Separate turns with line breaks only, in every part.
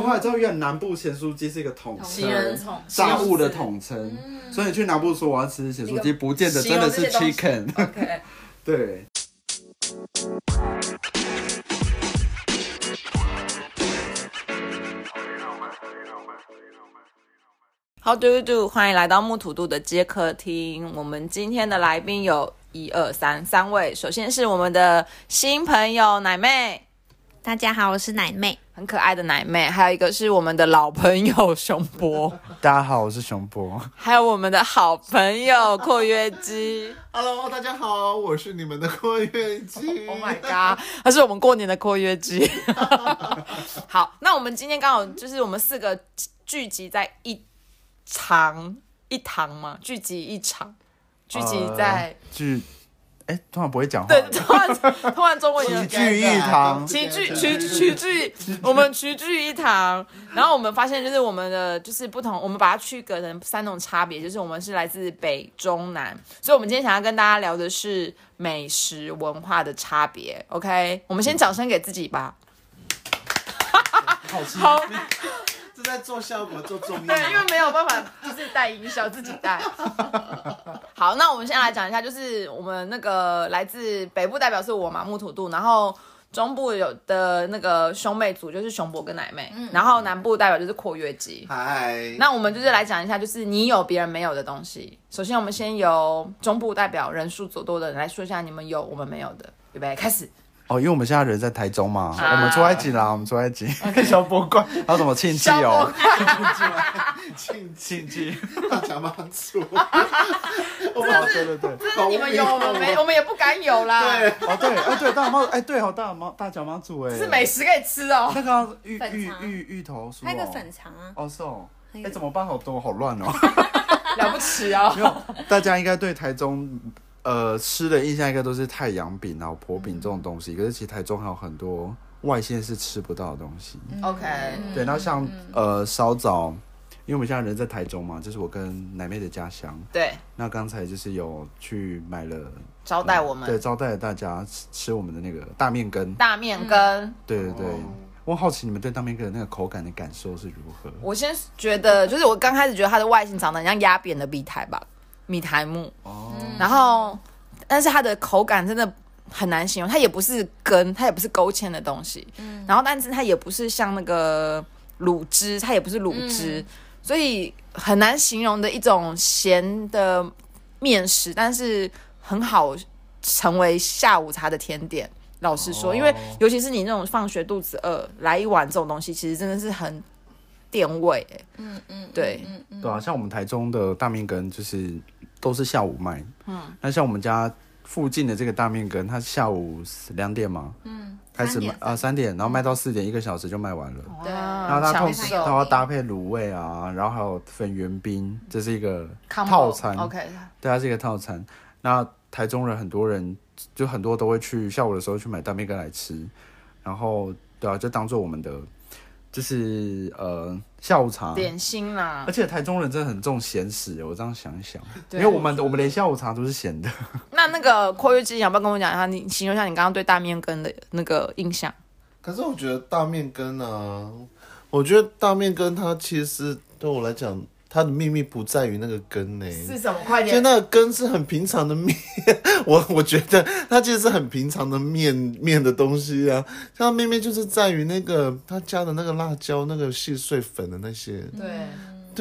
后来知道，原来南部咸酥鸡是一个统
形容
称，
从
炸物的统称。
嗯
所以你去南部说我要吃咸酥鸡，不见得真的是
形容这些
chicken。
，OK，
对，
好嘟嘟，欢迎来到木土度的接客厅。我们今天的来宾有一二三三位，首先是我们的新朋友奶妹，
大家好，我是奶妹。
很可爱的奶妹，还有一个是我们的老朋友熊博，
大家好，我是熊博。
还有我们的好朋友括约肌。
Hello，大家好，我是你们的郭月姬。
Oh my god，他是我们过年的括约肌。好，那我们今天刚好就是我们四个聚集在一堂一堂嘛，聚集一场，聚集在。
聚，哎，突然不会讲话
对，突然突然中文有
齐聚一堂
齐聚齐齐聚，我们齐聚一堂。然后我们发现，就是我们的就是不同，我们把它区隔成三种差别，就是我们是来自北中南，所以我们今天想要跟大家聊的是美食文化的差别。OK，我们先掌声给自己吧。
好吃，
好，
这在做效果做综艺吗，
对， 因为没有办法就是带音效，自己带。 好，那我们先来讲一下，就是我们那个来自北部代表是我嘛木土度，然后中部有的那个兄妹组就是熊博跟奶妹，然后南部代表就是括约肌。
嗨，
那我们就是来讲一下，就是你有别人没有的东西。首先，我们先由中部代表人数最多的人来说一下，你们有我们没有的，预备开始。
哦，因为我们现在人在台中嘛，我们出埃及啦，我们出埃及，
小博怪
还有什么庆忌
小
哦
博？
庆
庆忌，
大家妈祖，我们好
哦对对对。
这是你们有我们没，我们也不敢有啦。
对，
哦对，哎对，大妈，哎对哦，大妈大脚妈祖哎，
是美食可以吃哦。
那个啊芋
粉
芋
肠
芋芋头酥，
还有个粉肠啊，
哦是哦，
还有
哎怎么办？好多好乱哦。
了不起哦！
大家应该对台中呃吃的印象应该都是太阳饼、老婆饼这种东西，可是其实台中还有很多外县是吃不到的东西。
OK，
对，然后像呃稍早，因为我们现在人在台中嘛，这是我跟奶妹的家乡。
对，
那刚才就是有去买了
招待我们、
对，招待了大家吃吃我们的那个大面羹。
大面羹。
对对对，
哦
我好奇你们对大面羹的那个口感的感受是如何？
我先觉得，就是我刚开始觉得它的外形长得很像压扁的米苔吧，米苔木，
哦，
然后但是它的口感真的。很难形容，它也不是根，它也不是勾芡的东西，然后但是它也不是像那个卤汁，它也不是卤汁，所以很难形容的一种咸的面食，但是很好成为下午茶的甜点。老实说，
哦
因为尤其是你那种放学肚子饿，来一碗这种东西，其实真的是很垫胃、欸。
嗯嗯，
对
嗯嗯，
对啊，像我们台中的大面羹就是都是下午卖，嗯，那像我们家附近的这个大面羹，它下午两点嘛，
嗯，
开始
三嗯
卖
点
啊三点，然后卖到四点，一个小时就卖完了。
对
然后它
享
同
控
时
制
受
它要搭配卤味啊，然后还有粉圆冰，这是一个
combo，
套餐啊
OK，
对，它是一个套餐。那台中人很多人就很多都会去下午的时候去买大面羹来吃，然后对啊，就当做我们的就是呃下午茶
点心啦
而。且台中人真的很重咸食，我这样想一想，因
啊对
为我们我们连下午茶都是咸的。
那那个括约肌，要不要跟我讲一下？你形容一下你刚刚对大面羹的那个印象？
可是我觉得大面羹啊，我觉得大面羹它其实对我来讲，它的秘密不在于那个羹呢、
什么？快
就！那个羹是很平常的面， 我我觉得它其实是很平常的面面的东西啊。像它面面就是在于那个它加的那个辣椒、那个细碎粉的那些，
对，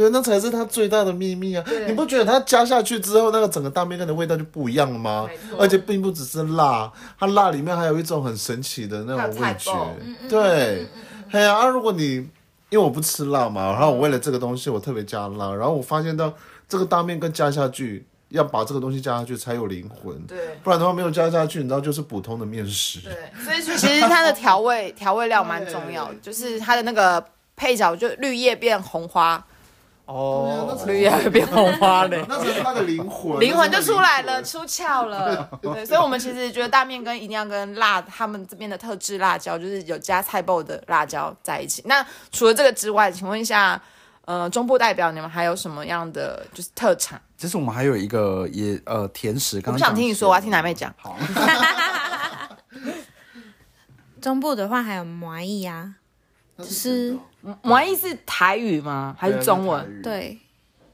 对，那才是它最大的秘密啊！你不觉得它加下去之后，那个整个大面羹的味道就不一样了吗
没？错
而且并不只是辣，它辣里面还有一种很神奇的那
还有
种
菜
味觉
包。嗯
对，哎呀、啊，如果你因为我不吃辣嘛，然后我为了这个东西我特别加辣，然后我发现到这个大面羹加下去，要把这个东西加下去才有灵魂，
对
不然的话没有加下去，你知道就是普通的面食。，
对，所以 其实它的调味调味料蛮重要的，就是它的那个配角就绿叶变红花，
哦
绿叶变红花嘞
那才是它的灵魂，
啊灵魂
那
就是
它的
出来了，
魂
出窍了。 对，所以我们其实觉得大面羹一定要跟辣他们这边的特制辣椒，就是有加菜爆的辣椒在一起。那除了这个之外，请问一下，呃，中部代表你们还有什么样的就是特产？
其实我们还有一个也呃甜食，
我
刚
不
刚
想听你说，我要听奶
哪？
妹讲。
好，
中部的话还有麻蚁啊，
它
只是
日本
麻衣是台语吗？还是中文？？
对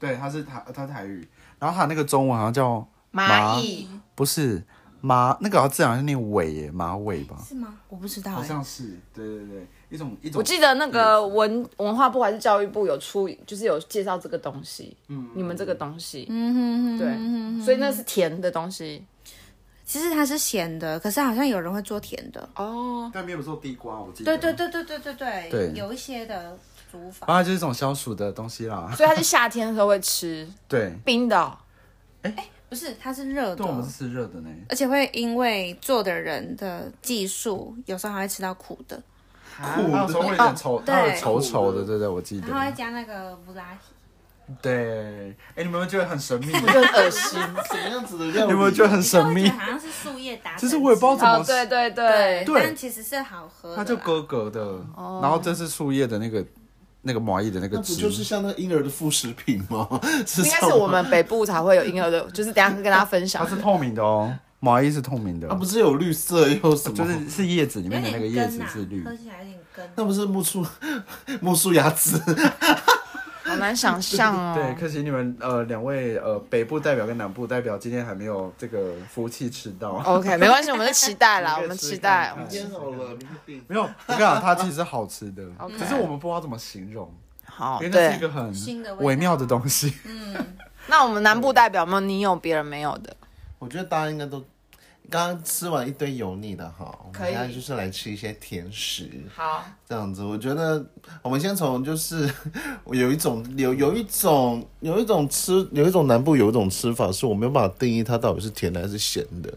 啊，它台语对，
对，
它是台它台语，然后它那个中文好像叫
蚂蚁
不是马，那个好像字好像念尾耶，马尾吧，
是吗？我不知道
好
哎。
像是，对对对，一种一种。
我记得那个
嗯
文文化部还是教育部有出，就是有介绍这个东西，
嗯
你们这个东西，
嗯哼哼，
对，所以那是甜的东西
其实它是咸的，可是好像有人会做甜的。
哦。
但没有说地瓜，我记得。
对对。对对对对对，
对
有一些的煮法。
啊，就是一种消暑的东西啦。
所以它是夏天的时候会吃
对，啊
冰的哦、
不是，它是热
对我们
的
是，吃热的呢。
而且会因为做的人的技术，有时候还会吃到苦的，
苦的时候会有
哦
点稠，它有稠稠的，对对，我记
然后再
得。
加那个布拉提。
对，哎，你们有没有觉得很神秘？
就很恶心。
什么样子的料理啊？
你们觉得很神
就会
秘
觉得？好像是树叶打成汁。
其实我也不知道怎么
哦，对对
对，
对，
对
但其实是好喝的
它
啦。
就格格的，
哦
然后这是树叶的那个那个麻叶的那个
那不就是
汁，
像那婴儿的副食品吗？ 是
应该
这
是
样吗
我们北部才会有婴儿的， 就是等一下跟大家分享
它。是透明的哦，麻叶是透明的
啊它，不是有绿色又什么？
啊就是是叶子里
有
面的那个
点
叶
根
子
呐
是绿，
喝起来有点根。
那不是木树 木树芽子？
好难想 象
啊
对，
哦。
可惜你们呃两位呃北部代表跟南部代表今天还没有这个福气吃到。
OK，没关系，我们就期待
你
啦，我
可以
们
试
期
试看
待
看。
我们 期
天好了
明天
没有，我跟你讲，它其实是好吃 的
哦
OK
只是我们不知道怎么形容，
好，
因为哎它是一
对。
个很
新的味道
微妙的东西。
那我们南部代表有没有你有别人没有的？
我觉得大家应该都刚刚吃完一堆油腻的哈，我们
可以
现在就是来吃一些甜食，
好，
这样子。我觉得我们先从就是 我有一种有有一种有一种吃有一种南部有一种吃法是我没有办法定义它到底是甜的还是咸的，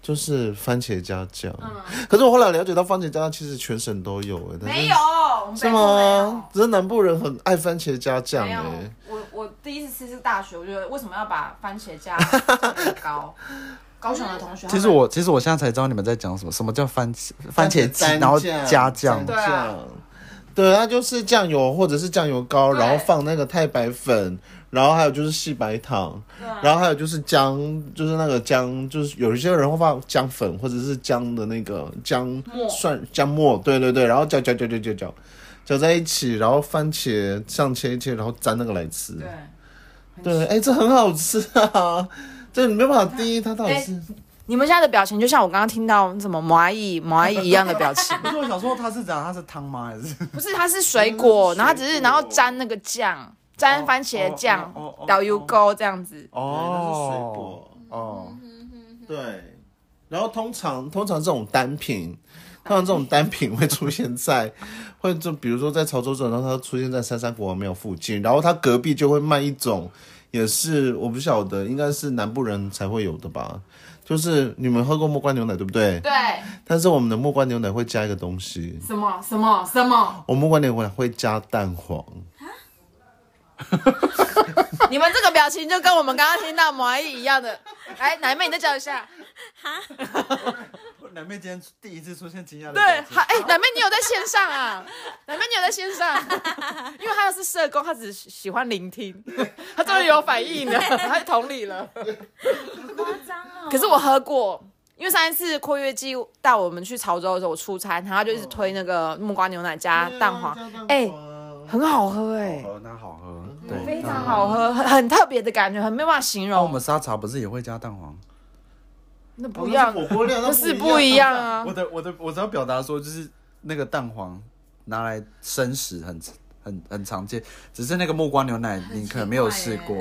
就是番茄加酱。
嗯
可是我后来了解到番茄加酱其实全省都有哎、但是
没有，我们
是
北部没有
吗？只是南部人很爱番茄加酱
没
哎、
有，我我第一次吃是大学，我觉得为什么要把番茄加这么高？高雄的同学他们
其实我其实我现在才知道你们在讲什么，什么叫番茄番茄鸡，
蘸
然后
酱
加酱，
蘸
对啊
对，啊它就是酱油或者是酱油膏，
对
然后放那个太白粉，然后还有就是细白糖，
啊
然后还有就是姜，就是那个姜，就是有一些人会放姜粉或者是姜的那个姜
末
蒜姜末，对对对，然后搅搅搅搅搅搅搅在一起，然后番茄上切一切，然后沾那个来吃。
对，
对，哎、这很好吃啊！这你没有办法定义它到底是。
你们现在的表情就像我刚刚听到什么蚂蚁蚂蚁一样的表情
不是我想说它是怎样，它是汤吗？还是
不是，它是水果，
嗯
然后只是
水果
然后沾那个酱，沾番茄酱
哦哦哦哦、
导游膏这样子。
哦？哦，
对，然后通常通常这种单品，通常这种单品会出现在，会就比如说在潮州镇，然后它出现在三山国王庙附近，然后它隔壁就会卖一种，也是我不晓得，应该是南部人才会有的吧。就是你们喝过木瓜牛奶对不对？
对，
但是我们的木瓜牛奶会加一个东西，
什么什么什么？
我们木瓜牛奶会加蛋黄。
你们这个表情就跟我们刚刚听到蚂蚁一样的。来，奶妹你再叫一下。
南妹今天第一次出现惊讶的
对，
表情
好，哎、奶妹你有在线上啊？ 奶妹你有在线上， 因为她是社工，她只喜欢聆听， 她终于有反应了，她同理了。
夸张哦！
可是我喝过，因为上一次括约肌带我们去潮州的时候，我出差，然后她就一直推那个木瓜牛奶嗯加蛋黄，哎、很好喝哎、
好喝，哦那好喝，对，
非常好喝，很很特别的感觉，很没有办法形
那我
容。
们沙茶不是也会加蛋黄？
哦那不一样，
火锅料
不是不一样啊
我。的我的我只要表达说，就是那个蛋黄拿来生食很很很常见，只是那个木瓜牛奶你可能没有试过。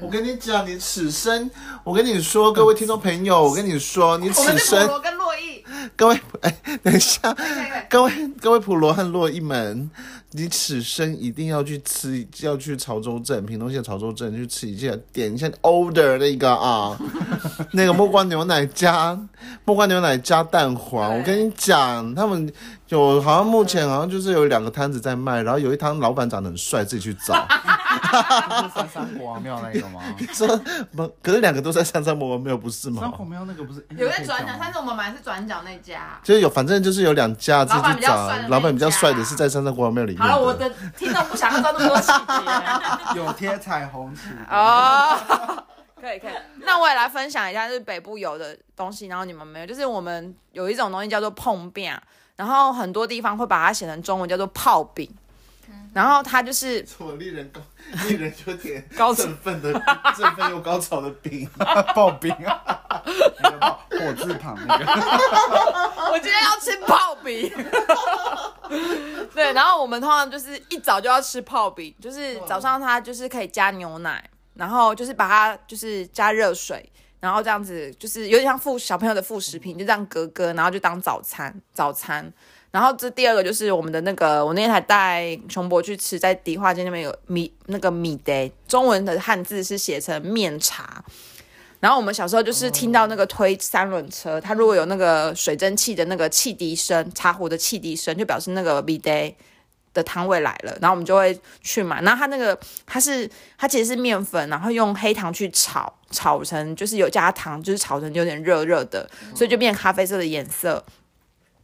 我跟你讲，你此生，我跟你说，各位听众朋友，我跟你说，你此生，
跟洛伊，
各位，哎，等一下，各位 各位普罗和洛一门，你此生一定要去吃，要去潮州镇、屏东县潮州镇去吃一下，点一下 order 那个啊， 那个木瓜牛奶加木瓜牛奶加蛋黄。我跟你讲，他们有好像目前好像就是有两个摊子在卖，然后有一摊老板长得很帅，自己去找。
就是三山国王庙那个 吗？
说不，可是两个都在三山摩没有不是
三
吗？
国庙那个不是
有在转角，但是我们买的是转角那家。
就是有，反正就是有两家自己
老板
去
比较
找
帅的那一家，
老板比较帅的是在三山国王庙里面。
好了，我的听众不想要知道那么多细节。
有贴彩虹旗
哦，可以可以。那我也来分享一下，就是北部有的东西，然后你们没有。就是我们有一种东西叫做碰饼，啊然后很多地方会把它写成中文叫做泡饼，然后它就是
我令人高，令人有点
高潮
振奋 的、振奋又高潮的病。
刨冰啊，那个爆火字旁那个，
我今天要吃泡饼。对，然后我们通常就是一早就要吃泡饼，就是早上它就是可以加牛奶，然后就是把它就是加热水，然后这样子就是有点像副小朋友的副食品，就这样格格，然后就当早餐早餐。然后这第二个就是我们的那个，我那天还带熊博去吃，在迪化街那边有米那个米的，中文的汉字是写成面茶。然后我们小时候就是听到那个推三轮车，它如果有那个水蒸气的那个汽笛声，茶壶的汽笛声，就表示那个 B day 的摊位来了，然后我们就会去买。然后它那个它是它其实是面粉，然后用黑糖去炒，炒成就是有加糖，就是炒成有点热热的，所以就变咖啡色的颜色。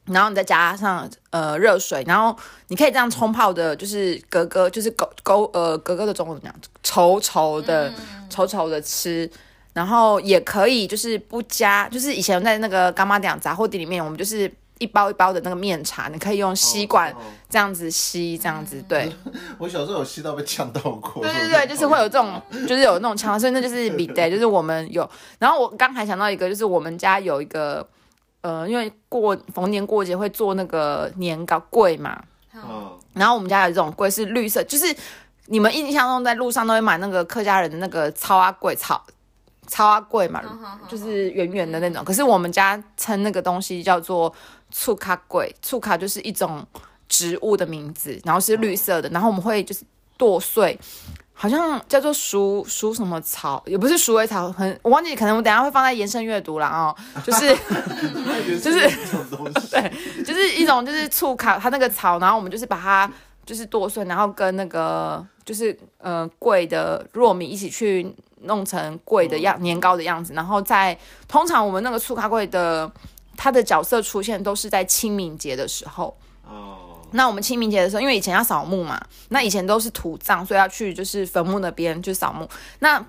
然后你再加上呃热水，然后你可以这样冲泡的，就是格格，就是勾勾呃格格的中文怎么讲？稠稠的、稠稠的吃，然后也可以就是不加，就是以前在那个干妈店杂货店里面，我们就是一包一包的那个面茶，你可以用吸管
哦嗯
这样子吸，这样子对。
我小时候有吸到被呛到过。哦
对对对，就是会有这种，就是有那种强，所以那就是比 day，就是我们有。然后我刚还想到一个，就是我们家有一个，呃，因为过逢年过节会做那个年糕柜嘛，
嗯，
然后我们家有这种柜是绿色，就是你们印象中在路上都会买那个客家人的那个草啊柜草。草啊柜嘛
好好，
嗯
就是圆圆的那种。可是我们家称那个东西叫做醋卡柜，醋卡就是一种植物的名字，然后是绿色
哦
的，然后我们会就是剁碎，好像叫做熟熟什么草，也不是熟尾草，很我忘记，可能我等一下会放在延伸阅读啦哦， 就是。
就是这种东 西。
就是一种就是醋烤它那个草，然后我们就是把它就是剁碎，然后跟那个就是呃桂的糯米一起去弄成桂的样年糕的样子，然后在通常我们那个醋咖桂的它的角色出现都是在清明节的时候。
哦，
那我们清明节的时候，因为以前要扫墓嘛，那以前都是土葬，所以要去就是坟墓那边去扫墓。那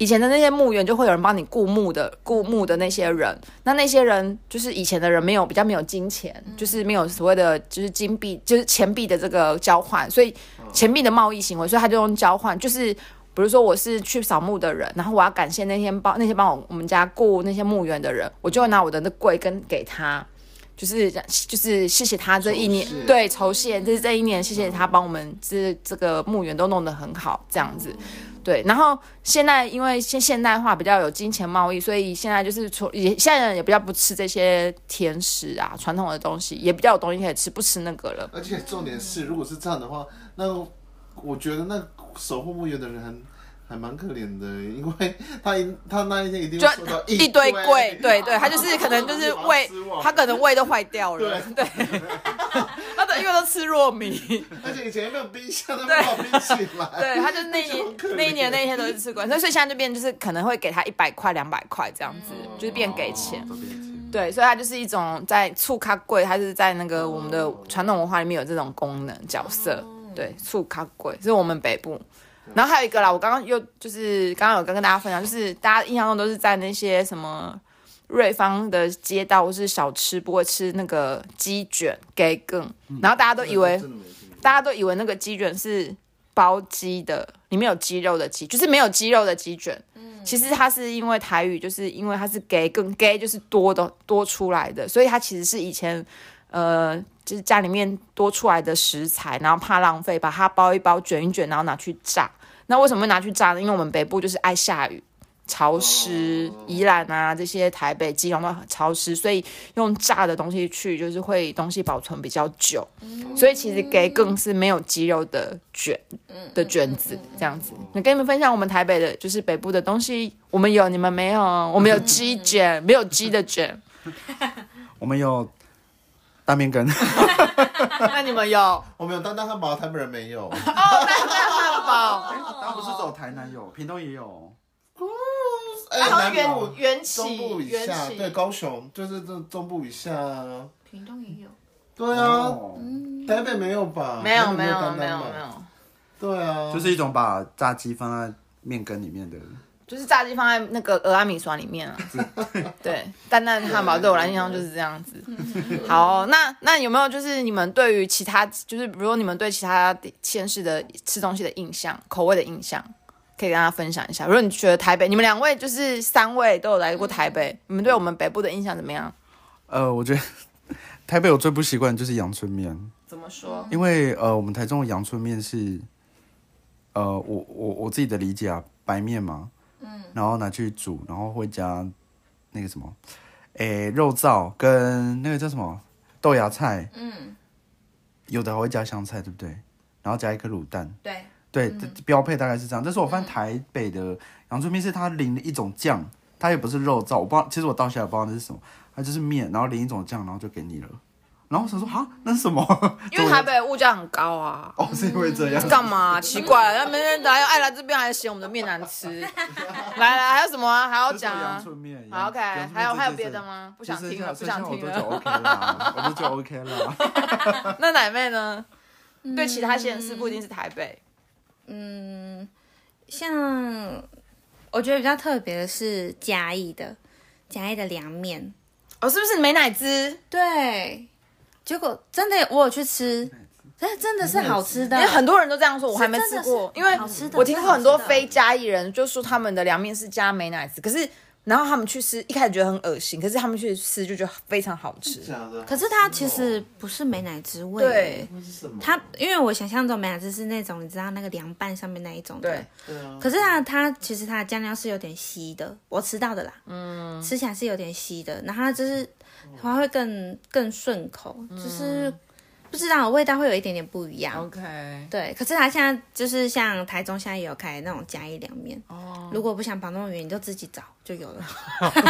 以前的那些墓园就会有人帮你雇墓的，雇墓的那些人，那那些人就是以前的人没有比较没有金钱，就是没有所谓的就是金币，就是钱币的这个交换，所以钱币的贸易行为，所以他就用交换，就是比如说我是去扫墓的人，然后我要感谢那天帮那些帮我我们家雇那些墓园的人，我就会拿我的那柜跟给他。就是就是谢谢他这一年
酬谢
对酬谢，就是这一年谢谢他帮我们这这个墓园都弄得很好，这样子。对，然后现在因为现现代化比较有金钱贸易，所以现在就是从也现在人也比较不吃这些甜食啊，传统的东西也比较有东西可以吃，不吃那个了。
而且重点是，如果是这样的话，那我觉得那守护墓园的人还还蛮可怜的，因为他一他那一天一定
就
会收到
一堆贵， 对对，他就是可能 就是胃，他可能胃都坏掉了，对， 他的因为都吃糯 米，
而且以前也没有冰箱，他们把冰起来。
对，他就那一
就很可怜
年那一年那一天都是吃惯，所以所以现在就变就是可能会给他一百块两百块这样子，就是变给钱。
哦
都变
嗯
钱
对，所以它就是一种在醋咖柜，它是在那个我们的传统文化里面有这种功能角色。对，醋咖柜这是我们北部。然后还有一个啦，我刚刚又就是刚刚有跟跟大家分享，就是大家印象中都是在那些什么瑞芳的街道或是小吃部会吃那个鸡卷给更，然后大家都以为
真的没听过
大家都以为那个鸡卷是包鸡的，里面有鸡肉的鸡，就是没有鸡肉的鸡卷。其实它是因为台语，就是因为它是 gay 跟 gay 就是多的多出来的，所以它其实是以前呃就是家里面多出来的食材，然后怕浪费，把它包一包卷一卷，然后拿去炸。那为什么会拿去炸呢？因为我们北部就是爱下雨。潮湿，宜兰啊，这些台北、基隆都很潮湿，所以用炸的东西去，就是会东西保存比较久。所以其实给更是没有鸡肉的卷的卷子这样子。那跟你们分享我们台北的，就是北部的东西，我们有，你们没有，我们有鸡卷，没有鸡的卷。
我们有大面羹，
那你们有哦，
我们有丹丹汉堡，台北人没 有。哎
蛋蛋汉 堡，
他不是走台南有，屏东也有，
哎，
然后
南部
缘缘
中部
起
以
缘
下，对
起，
高雄就是这中部以下啊。
屏东也有，
对啊，
哦，
台北没有吧？
没有
台北
没
有
有
丹
没
丹
有
吧
没有，
对啊，
就是一种把炸鸡放在面羹里面的
就是炸鸡放在那个俄阿米刷里面啊。对，蛋蛋汉堡对我来讲就是这样子。好，那那有没有就是你们对于其他，就是比如说你们对其他地县市的吃东西的印象、口味的印象，可以跟大家分享一下。如果你觉得台北，你们两位就是三位都有来过台北，你们对我们北部的印象怎么样？
呃，我觉得 台北我最不习惯就是阳春面，
怎么说？
因为呃，我们台中的阳春面是，呃，我我我自己的理解啊，白面嘛，嗯，然后拿去煮，然后会加那个什么，诶、肉燥跟那个叫什么豆芽菜，嗯，有的还会加香菜，对不对？然后加一颗卤蛋，
对，
对，
嗯
这标配大概是这样。但是我发现台北的阳春面是它淋了一种酱，它也不是肉燥，我不知道，其实我到现在也不知道那是什么，它就是面，然后淋一种酱，然后就给你了。然后我想说，哈，那是什么？
因为台北物价很高啊。
哦，是因为这样。
干嘛？奇怪，要没人来，爱来这边还嫌我们的面难吃。来来，还有什么啊、还要 讲啊
阳？春面。
好，OK，
阳春面
还有
这
还有
这
别
这
的吗？不
不
想听了，不想听
我都就
了。
OK 啦，我都就 OK 啦。
那奶妹呢？对其他县市不一定是台北，
像我觉得比较特别的是嘉义的嘉义的凉面，
哦，是不是美乃滋？
对，结果真的我有去吃，但真的是好吃的，
因为很多人都这样说，我还没
真
吃
的是
过，因为
好吃的
我听过很多
是好吃的
非嘉义人就说他们的凉面是加美乃滋，可是然后他们去吃，一开始觉得很恶心，可是他们去吃就觉得非常好吃。
啊
假的。
可是它其实不是美乃滋味，
对，
那哦是什么？
它因为我想象中美乃滋是那种你知道那个凉拌上面那一种的，
对，
对啊，
可是它它其实它的酱料是有点稀的，我吃到的啦，嗯，吃起来是有点稀的，然后它就是
嗯
它会更更顺口，就是不知道味道会有一点点不一样。
哦 OK，
对，可是它现在就是像台中现在也有开那种嘉义凉面，
哦，
如果不想跑那么远，你就自己找就有了。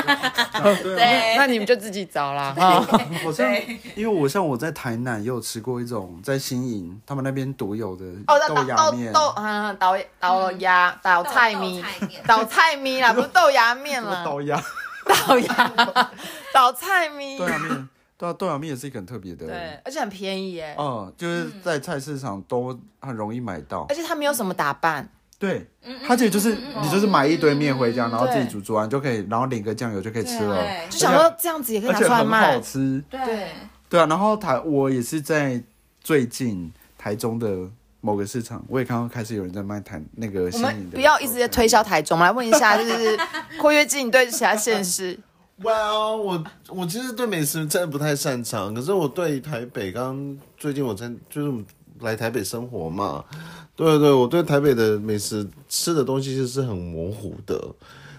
对， 那你们就自己找啦。
我啊像，因为我像我在台南也有吃过一种在新营他们那边独有的
哦，那
豆芽
豆
面，
豆嗯豆豆芽豆菜米 豆菜米啦，不是豆芽面
什么
啦，
豆芽，
嗯 豆芽豆菜米
豆，芽面，对啊，豆芽面也是一个很特别的。
对，而且很便宜耶，
嗯，就是在菜市场都很容易买到
而。且它嗯没有什么打扮，
对，它其实就是你
嗯
就是买一堆面回家，然后自己煮，煮完就可以，然后淋个酱油就可以
啊
吃了，
对
就想说这样子也可以
而
拿
且
出来
很好
卖。
吃。
对，
对啊，然后台我也是在最近台中的某个市场，我也看到开始有人在卖台那个
我
新颖
们
的。
不要一直在推销。台中，我们来问一 下，就是括约肌，你对其他县市，
哇哦，我我其实对美食真的不太擅长，可是我对台北刚最近我在就是来台北生活嘛，对对，我对台北的美食吃的东西其实是很模糊的。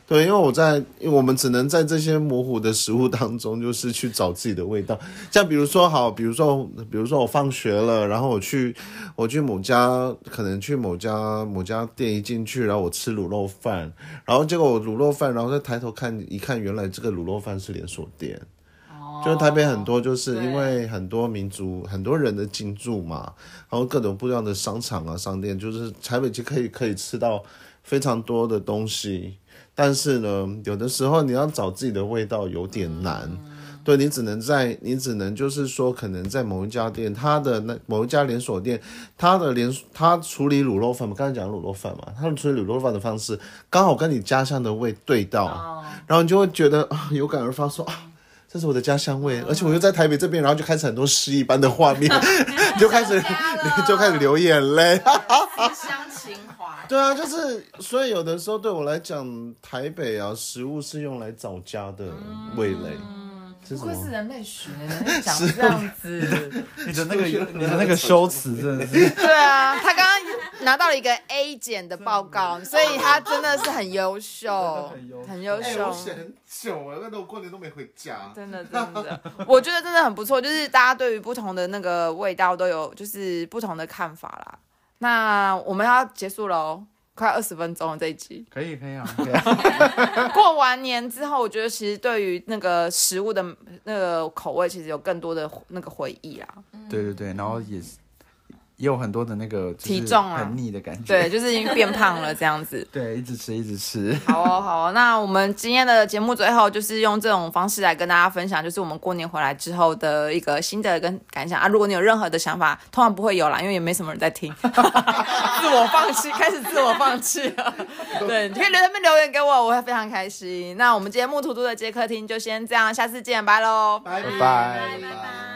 对，因为我在，因为我们只能在这些模糊的食物当中，就是去找自己的味道。像比如说，好，比如说，比如说我放学了，然后我去，我去某家，可能去某家某家店一进去，然后我吃卤肉饭，然后结果我卤肉饭，然后再抬头看一看，原来这个卤肉饭是连锁店。就是台北很多，就是因为很多民族、很多人的进驻嘛，然后各种不一样的商场啊、商店，就是台北其实可以可以吃到非常多的东西。但是呢，有的时候你要找自己的味道有点难，对你只能在你只能就是说，可能在某一家店，它的那某一家连锁店，它的连它处理卤肉饭嘛，刚才讲卤肉饭嘛，它们处理卤肉饭的方式刚好跟你家乡的味对到，
哦
然后你就会觉得啊有感而发说啊。这是我的家乡味，而且我又在台北这边，然后就开始很多诗一般的画面，你就开始你 就开始流眼泪。
乡情怀。
对啊，就是所以有的时候对我来讲，台北啊，食物是用来找家的味蕾。是什
不愧是
么？
人类学，讲这样 子，
你的那个 你的那个修辞真的是，
对啊，他刚刚拿到了一个 A 减的报告，所以他真的是很优秀，很优
哎
秀。
很久啊，那我过年都没回家。
哎真的，真的，我觉得真的很不错，就是大家对于不同的那个味道都有就是不同的看法啦。那我们要结束喽，快二十分钟了这一集。
可以可以啊，可以啊
过完年之后，我觉得其实对于那个食物的那个口味，其实有更多的那个回忆啦。
对对对，然后也是也有很多的那个就是
体重啊
很腻的感觉。
对，就是已经变胖了这样子。
对，一直吃一直吃。
好哦，好哦。那我们今天的节目最后就是用这种方式来跟大家分享，就是我们过年回来之后的一个心得跟感想啊。如果你有任何的想法，通常不会有啦，因为也没什么人在 听，自我放弃，开始自我放弃了。 对，你可以留在那边留言给我，我会非常开心。那我们今天木图图的接客厅就先这样，下次见，拜喽。
拜
拜
拜
拜
拜拜。